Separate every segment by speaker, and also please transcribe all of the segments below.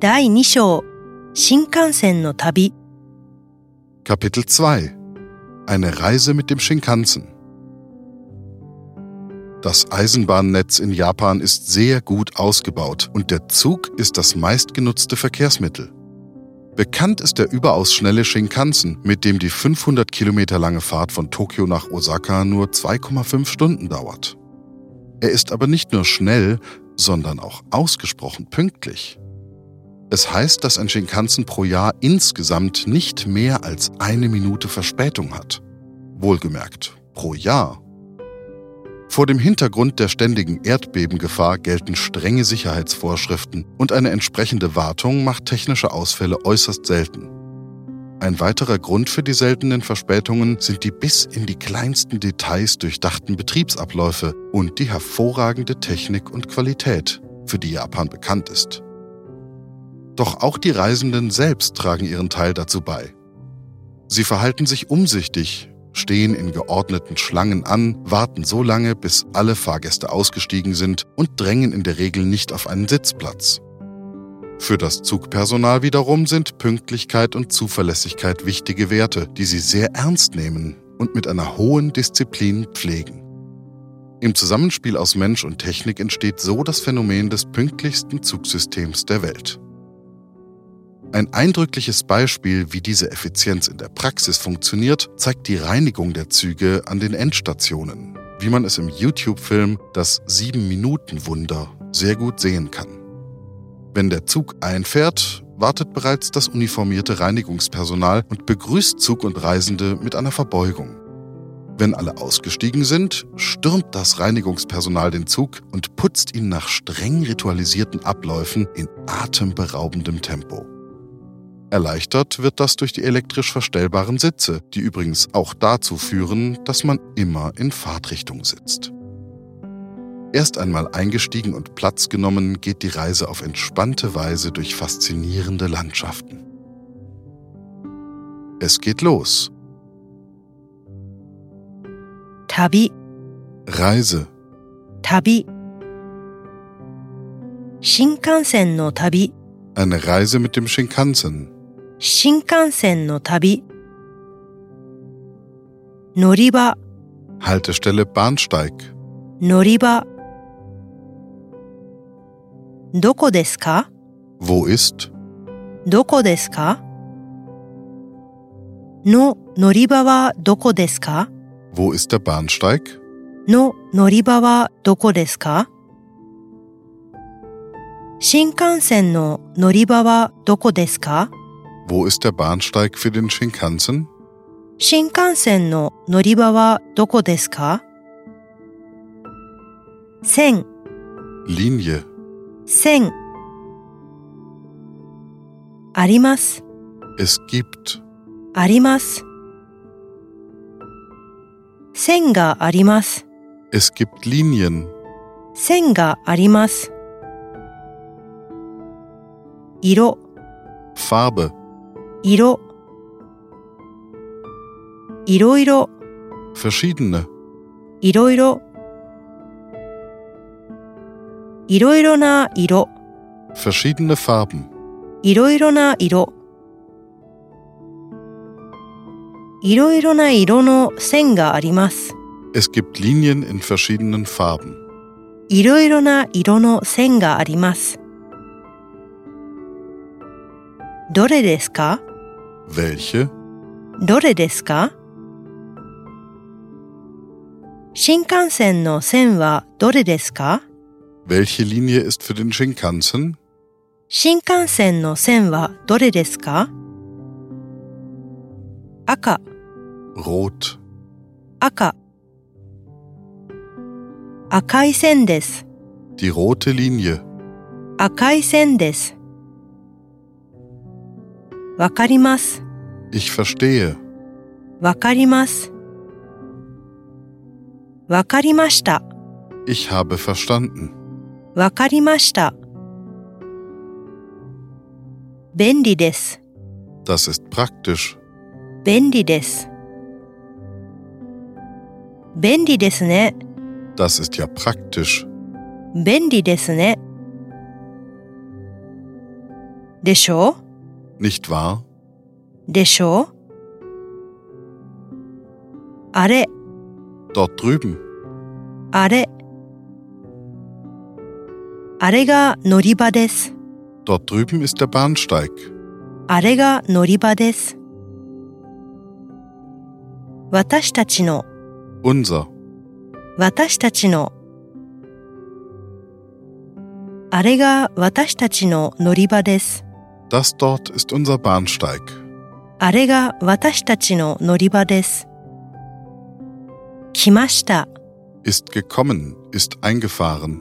Speaker 1: 第2章新幹線の旅
Speaker 2: Kapitel 2 Eine Reise mit dem Shinkansen Das Eisenbahnnetz in Japan ist sehr gut ausgebaut und der Zug ist das meistgenutzte Verkehrsmittel. Bekannt ist der überaus schnelle Shinkansen, mit dem die 500 Kilometer lange Fahrt von Tokio nach Osaka nur 2,5 Stunden dauert. Er ist aber nicht nur schnell, sondern auch ausgesprochen pünktlich. Es heißt, dass ein Shinkansen pro Jahr insgesamt nicht mehr als eine Minute Verspätung hat. Wohlgemerkt, pro Jahr. Vor dem Hintergrund der ständigen Erdbebengefahr gelten strenge Sicherheitsvorschriften und eine entsprechende Wartung macht technische Ausfälle äußerst selten. Ein weiterer Grund für die seltenen Verspätungen sind die bis in die kleinsten Details durchdachten Betriebsabläufe und die hervorragende Technik und Qualität, für die Japan bekannt ist. Doch auch die Reisenden selbst tragen ihren Teil dazu bei. Sie verhalten sich umsichtig, stehen in geordneten Schlangen an, warten so lange, bis alle Fahrgäste ausgestiegen sind und drängen in der Regel nicht auf einen Sitzplatz. Für das Zugpersonal wiederum sind Pünktlichkeit und Zuverlässigkeit wichtige Werte, die sie sehr ernst nehmen und mit einer hohen Disziplin pflegen. Im Zusammenspiel aus Mensch und Technik entsteht so das Phänomen des pünktlichsten Zugsystems der Welt. Ein eindrückliches Beispiel, wie diese Effizienz in der Praxis funktioniert, zeigt die Reinigung der Züge an den Endstationen, wie man es im YouTube-Film Das 7-Minuten-Wunder sehr gut sehen kann. Wenn der Zug einfährt, wartet bereits das uniformierte Reinigungspersonal und begrüßt Zug und Reisende mit einer Verbeugung. Wenn alle ausgestiegen sind, stürmt das Reinigungspersonal den Zug und putzt ihn nach streng ritualisierten Abläufen in atemberaubendem Tempo. Erleichtert wird das durch die elektrisch verstellbaren Sitze, die übrigens auch dazu führen, dass man immer in Fahrtrichtung sitzt. Erst einmal eingestiegen und Platz genommen, geht die Reise auf entspannte Weise durch faszinierende Landschaften. Es geht los.
Speaker 1: 旅
Speaker 2: Reise.
Speaker 1: 旅新幹線の旅
Speaker 2: Eine Reise mit dem Shinkansen.
Speaker 1: 新幹線の旅乗り場
Speaker 2: Haltestelle Bahnsteig.
Speaker 1: 乗り場どこですか
Speaker 2: Wo ist?
Speaker 1: どこですかの乗り場はどこですか
Speaker 2: Wo ist der Bahnsteig?
Speaker 1: の乗り場はどこですか新幹線の乗り場はどこですか
Speaker 2: Wo ist der Bahnsteig für den Shinkansen?
Speaker 1: 新幹線の乗り場はどこですか線、
Speaker 2: Linie.
Speaker 1: 線。あります、
Speaker 2: Es gibt.
Speaker 1: あります。線があります、
Speaker 2: Es gibt Linien.
Speaker 1: 線があります。色、
Speaker 2: Farbe.
Speaker 1: 色。いろいろ、
Speaker 2: Verschiedene.
Speaker 1: いろいろ。いろいろな色。
Speaker 2: Verschiedene Farben.
Speaker 1: いろいろな色いろいろな色の線があります。
Speaker 2: Es gibt Linien in verschiedenen Farben.
Speaker 1: いろいろな色の線があります。どれですか
Speaker 2: Welche?
Speaker 1: どれですか新幹線の線はどれですか
Speaker 2: Welche Linie ist für den Shinkansen?
Speaker 1: 新幹線の線はどれですか赤、
Speaker 2: Rot.
Speaker 1: 赤。赤い線です。
Speaker 2: Die rote Linie.
Speaker 1: 赤い線です。わかります。
Speaker 2: Ich verstehe.
Speaker 1: わかります。わかりました。
Speaker 2: Ich habe verstanden.
Speaker 1: わかりました。便利です。
Speaker 2: Das ist praktisch.
Speaker 1: 便利です。便利ですね。
Speaker 2: Das ist ja praktisch.
Speaker 1: 便利ですね。でしょ
Speaker 2: Nicht wahr?
Speaker 1: でしょあれ、
Speaker 2: Dort drüben.
Speaker 1: あれ。あれが乗り場です。
Speaker 2: Dort drüben ist der Bahnsteig.
Speaker 1: あれが乗り場です。私たちの、
Speaker 2: Unser.
Speaker 1: 私たちの。あれが私たちの乗り場です。
Speaker 2: Das dort ist unser Bahnsteig.
Speaker 1: あれが私たちの乗り場です。来ました、
Speaker 2: Ist gekommen, ist eingefahren.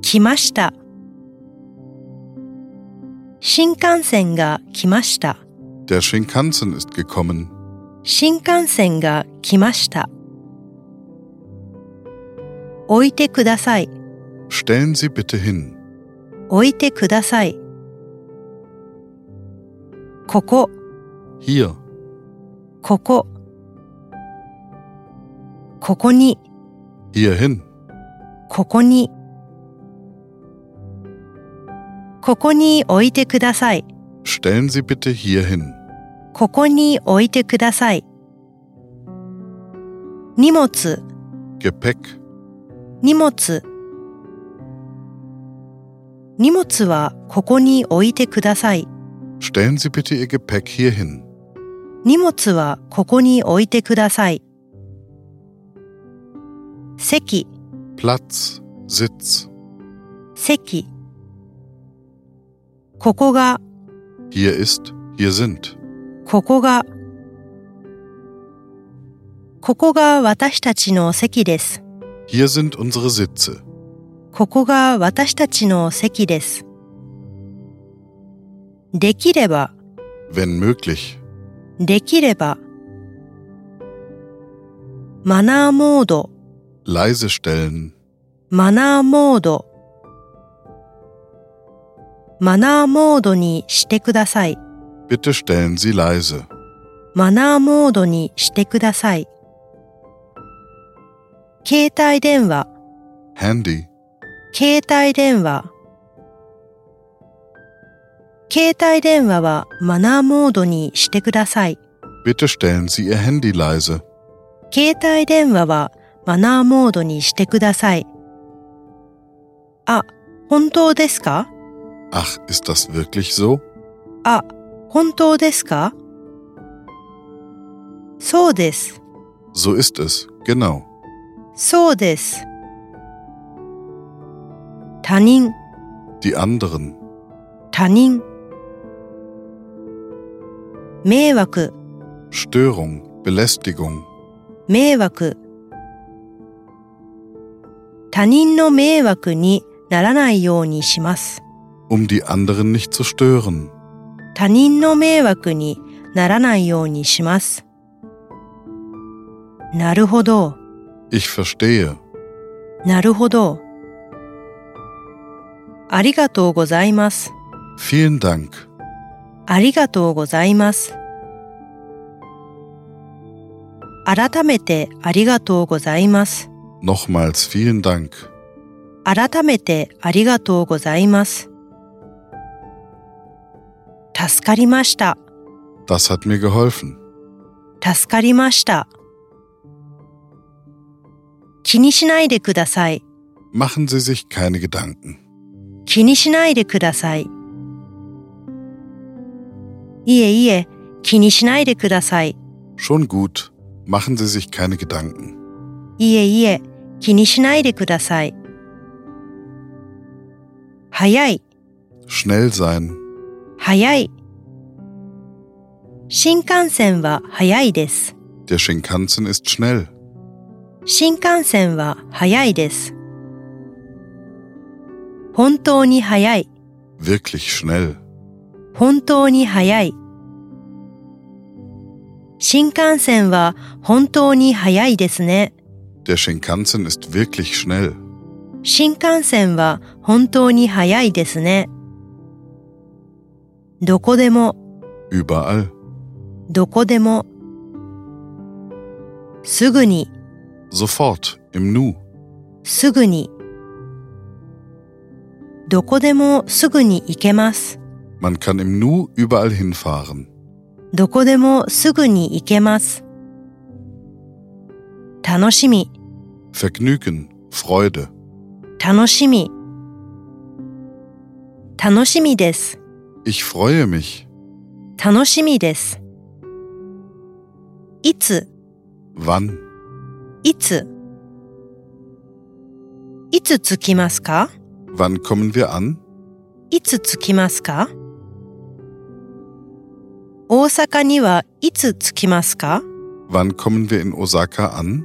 Speaker 1: 来ました。新幹線が来ました。
Speaker 2: Der Shinkansen ist gekommen.
Speaker 1: 新幹線が来ました。置いてください。
Speaker 2: Stellen Sie bitte hin.
Speaker 1: 置いてください。ここ、
Speaker 2: Hier.
Speaker 1: ここ。ここに、
Speaker 2: Hierhin.
Speaker 1: ここに。ここに置いてください。
Speaker 2: Stellen Sie bitte hierhin.
Speaker 1: ここに置いてください。荷物、
Speaker 2: Gepäck.
Speaker 1: 荷物荷物はここに置いてください。
Speaker 2: Stellen Sie bitte Ihr Gepäck hierhin.
Speaker 1: 荷物はここに置いてください。席、
Speaker 2: Platz. Sitz.
Speaker 1: 席。ここが、
Speaker 2: Hier ist. Hier sind.
Speaker 1: ここが。ここが私たちの席です。
Speaker 2: Hier sind unsere Sitze.
Speaker 1: ここが私たちの席です。できれば、
Speaker 2: Wenn möglich.
Speaker 1: できれば。マナーモード、
Speaker 2: Leise stellen.
Speaker 1: マナーモード。マナーモードにしてください。
Speaker 2: Bitte stellen Sie leise.
Speaker 1: マナーモードにしてください。携帯電話、
Speaker 2: Handy.
Speaker 1: 携帯電話。携帯電話はマナーモードにしてください。
Speaker 2: Bitte stellen Sie Ihr Handy leise.
Speaker 1: 携帯電話はマナーモードにしてください。あ、本当ですか
Speaker 2: Ach, ist das wirklich so?
Speaker 1: あ、本当ですかそうです。
Speaker 2: So ist es, genau.
Speaker 1: そうです。他人、
Speaker 2: Die anderen.
Speaker 1: 他人。迷惑、
Speaker 2: Störung, Belästigung.
Speaker 1: 迷惑。他人の迷惑にならないようにします。
Speaker 2: Um die anderen nicht zu stören.
Speaker 1: 他人の迷惑にならないようにします。なるほど、
Speaker 2: Ich verstehe.
Speaker 1: なるほど。ありがとうございます。
Speaker 2: Vielen Dank.
Speaker 1: ありがとうございます。改めてありがとうございます。
Speaker 2: Nochmals vielen Dank.
Speaker 1: 改めてありがとうございます。助かりました。
Speaker 2: Das hat mir geholfen.
Speaker 1: 助かりました。気にしないでください。
Speaker 2: Machen Sie sich keine Gedanken.
Speaker 1: 気にしないでください。いえいえ、気にしないでください。
Speaker 2: Schon gut. Machen Sie sich keine Gedanken.
Speaker 1: いえいえ、気にしないでください。早い、
Speaker 2: Schnell sein.
Speaker 1: 早い。新幹線は早いです。
Speaker 2: Der Shinkansen ist schnell.
Speaker 1: 新幹線は早いです。本当に早い。
Speaker 2: Wirklich schnell.
Speaker 1: 本当に早い。新幹線は本当に早いですね。
Speaker 2: Der Shinkansen ist wirklich schnell.
Speaker 1: 新幹線は本当に早いですね。どこでも、
Speaker 2: Überall.
Speaker 1: どこでも。すぐに、
Speaker 2: Sofort. Im Nu.
Speaker 1: すぐに。どこでもすぐに行けます。
Speaker 2: Man kann im Nu überall hinfahren.
Speaker 1: どこでもすぐに行けます。楽しみ、
Speaker 2: Vergnügen, Freude.
Speaker 1: 楽しみ。楽しみです。
Speaker 2: Ich freue mich.
Speaker 1: 楽しみです。いつ、
Speaker 2: Wann?
Speaker 1: いつ。いつ着きますか
Speaker 2: Wann kommen wir an?
Speaker 1: いつ着きますか大阪にはいつ着きますか
Speaker 2: Wann kommen wir in Osaka an?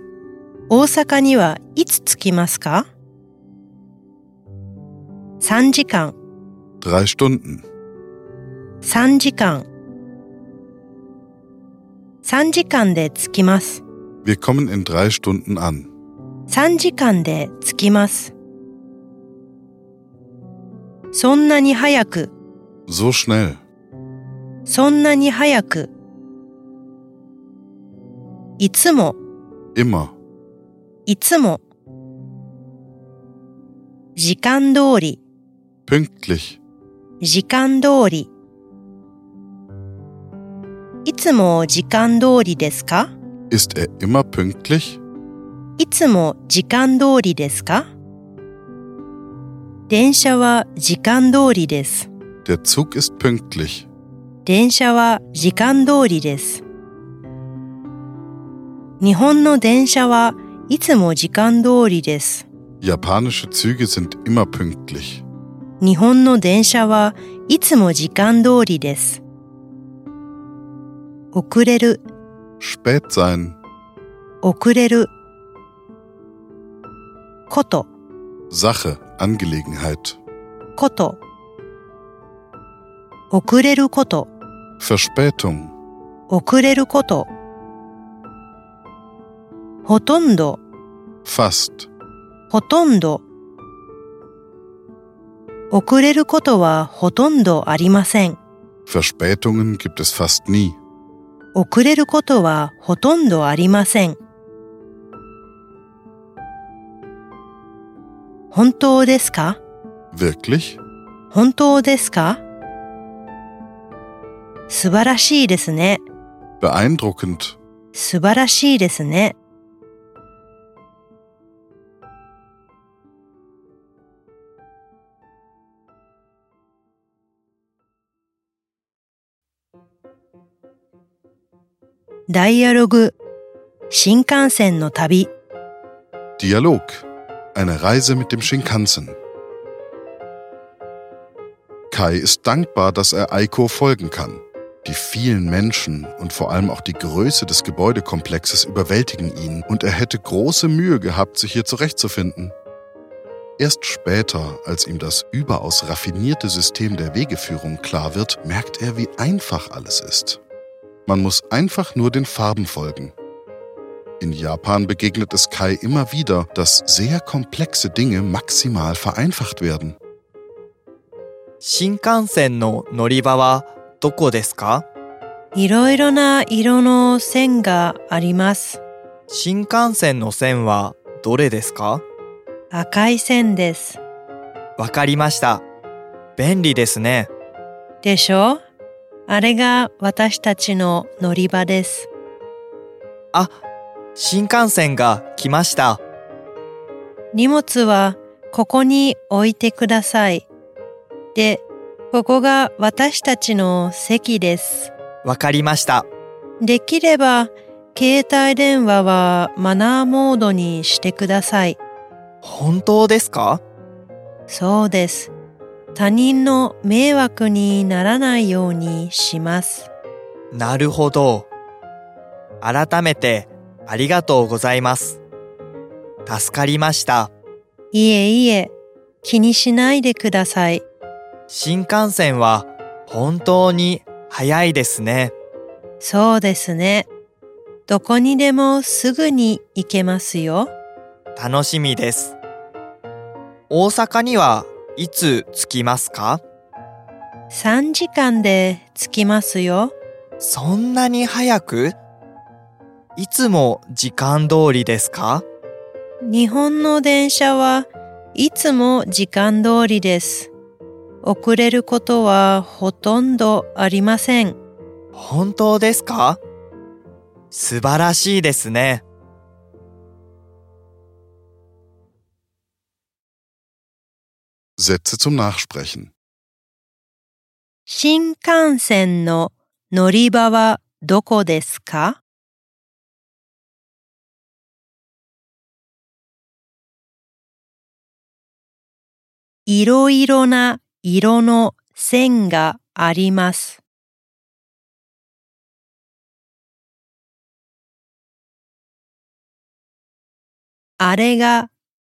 Speaker 1: 大阪にはいつ着きますか ?3 時間、
Speaker 2: Drei Stunden.
Speaker 1: 3時間。3時間で着きます。
Speaker 2: Wir kommen in drei Stunden an.
Speaker 1: 3時間で着きます。そんなに早く、
Speaker 2: So schnell.
Speaker 1: そんなに早く。いつも、
Speaker 2: Immer.
Speaker 1: いつも。時間通り、
Speaker 2: Pünktlich.
Speaker 1: 時間通り。いつも時間通りですか
Speaker 2: Ist er immer pünktlich?
Speaker 1: いつも時間通りですか電車は時間通りです。
Speaker 2: Der Zug ist pünktlich.
Speaker 1: 電車は時間通りです。日本の電車はいつも時間通りです。
Speaker 2: Japanische Züge sind immer pünktlich.
Speaker 1: 日本の電車はいつも時間通りです。遅れる、
Speaker 2: Spät sein.
Speaker 1: 遅れる。こと、
Speaker 2: Sache. Angelegenheit.
Speaker 1: こと。遅れること、
Speaker 2: Verspätung.
Speaker 1: 遅れること。ほとんど、
Speaker 2: Fast.
Speaker 1: ほとんど。遅れることはほとんどありません。
Speaker 2: Verspätungen gibt es fast nie.
Speaker 1: 遅れることはほとんどありません。本当ですか
Speaker 2: Wirklich?
Speaker 1: 本当ですか素晴らしいですね。
Speaker 2: Beeindruckend.
Speaker 1: 素晴らしいですね。ダイアログ新幹線の旅
Speaker 2: Dialog. Eine Reise mit dem Shinkansen. Kai ist dankbar, dass er Aiko folgen kann. Die vielen Menschen und vor allem auch die Größe des Gebäudekomplexes überwältigen ihn und er hätte große Mühe gehabt, sich hier zurechtzufinden. Erst später, als ihm das überaus raffinierte System der Wegeführung klar wird, merkt er, wie einfach alles ist. Man muss einfach nur den Farben folgen. In Japan begegnet es Kai immer wieder, dass sehr komplexe Dinge maximal vereinfacht werden.
Speaker 3: 新幹線の乗り場はどこですか
Speaker 1: いろいろな色の線があります
Speaker 3: 新幹線の線はどれですか
Speaker 1: 赤い線です
Speaker 3: わかりました便利ですね
Speaker 1: でしょあれが私たちの乗り場です
Speaker 3: あ新幹線が来ました
Speaker 1: 荷物はここに置いてください。で、ここが私たちの席です。
Speaker 3: わかりました
Speaker 1: できれば、携帯電話はマナーモードにしてください。
Speaker 3: 本当ですか
Speaker 1: そうです。他人の迷惑にならないようにします。
Speaker 3: なるほど改めてありがとうございます助かりました
Speaker 1: いえいえ、気にしないでください。
Speaker 3: 新幹線は本当に早いですね
Speaker 1: そうですね。どこにでもすぐに行けますよ。
Speaker 3: 楽しみです大阪にはいつ着きますか
Speaker 1: 3時間で着きますよ。
Speaker 3: そんなに早くいつも時間通りですか
Speaker 1: 日本の電車はいつも時間通りです。遅れることはほとんどありません。
Speaker 3: 本当ですか素晴らしいですね。
Speaker 2: Sätze zum Nachsprechen.
Speaker 1: 新幹線の乗り場はどこですかいろいろな色の線があります。あれが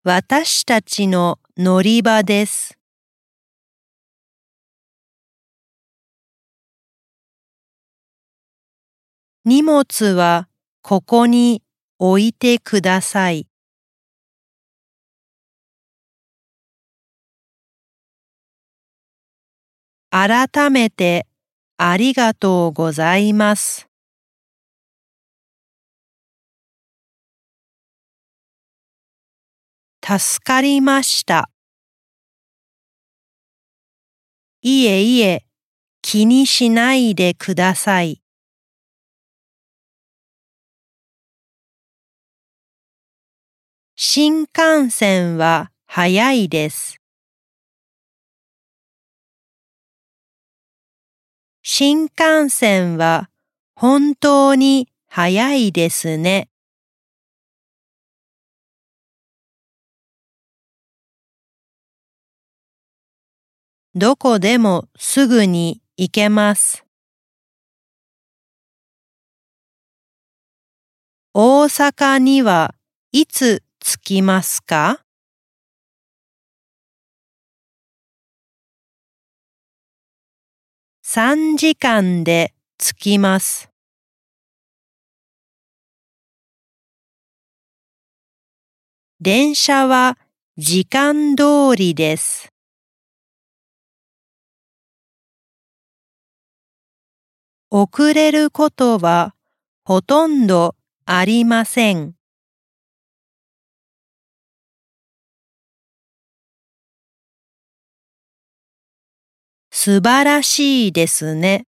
Speaker 1: 私たちの乗り場です。荷物はここに置いてください。改めてありがとうございます。助かりました。いえいえ、気にしないでください。新幹線は早いです。新幹線は本当に早いですね。どこでもすぐに行けます。大阪にはいつ着きますか3時間で着きます。電車は時間通りです。遅れることはほとんどありません。素晴らしいですね。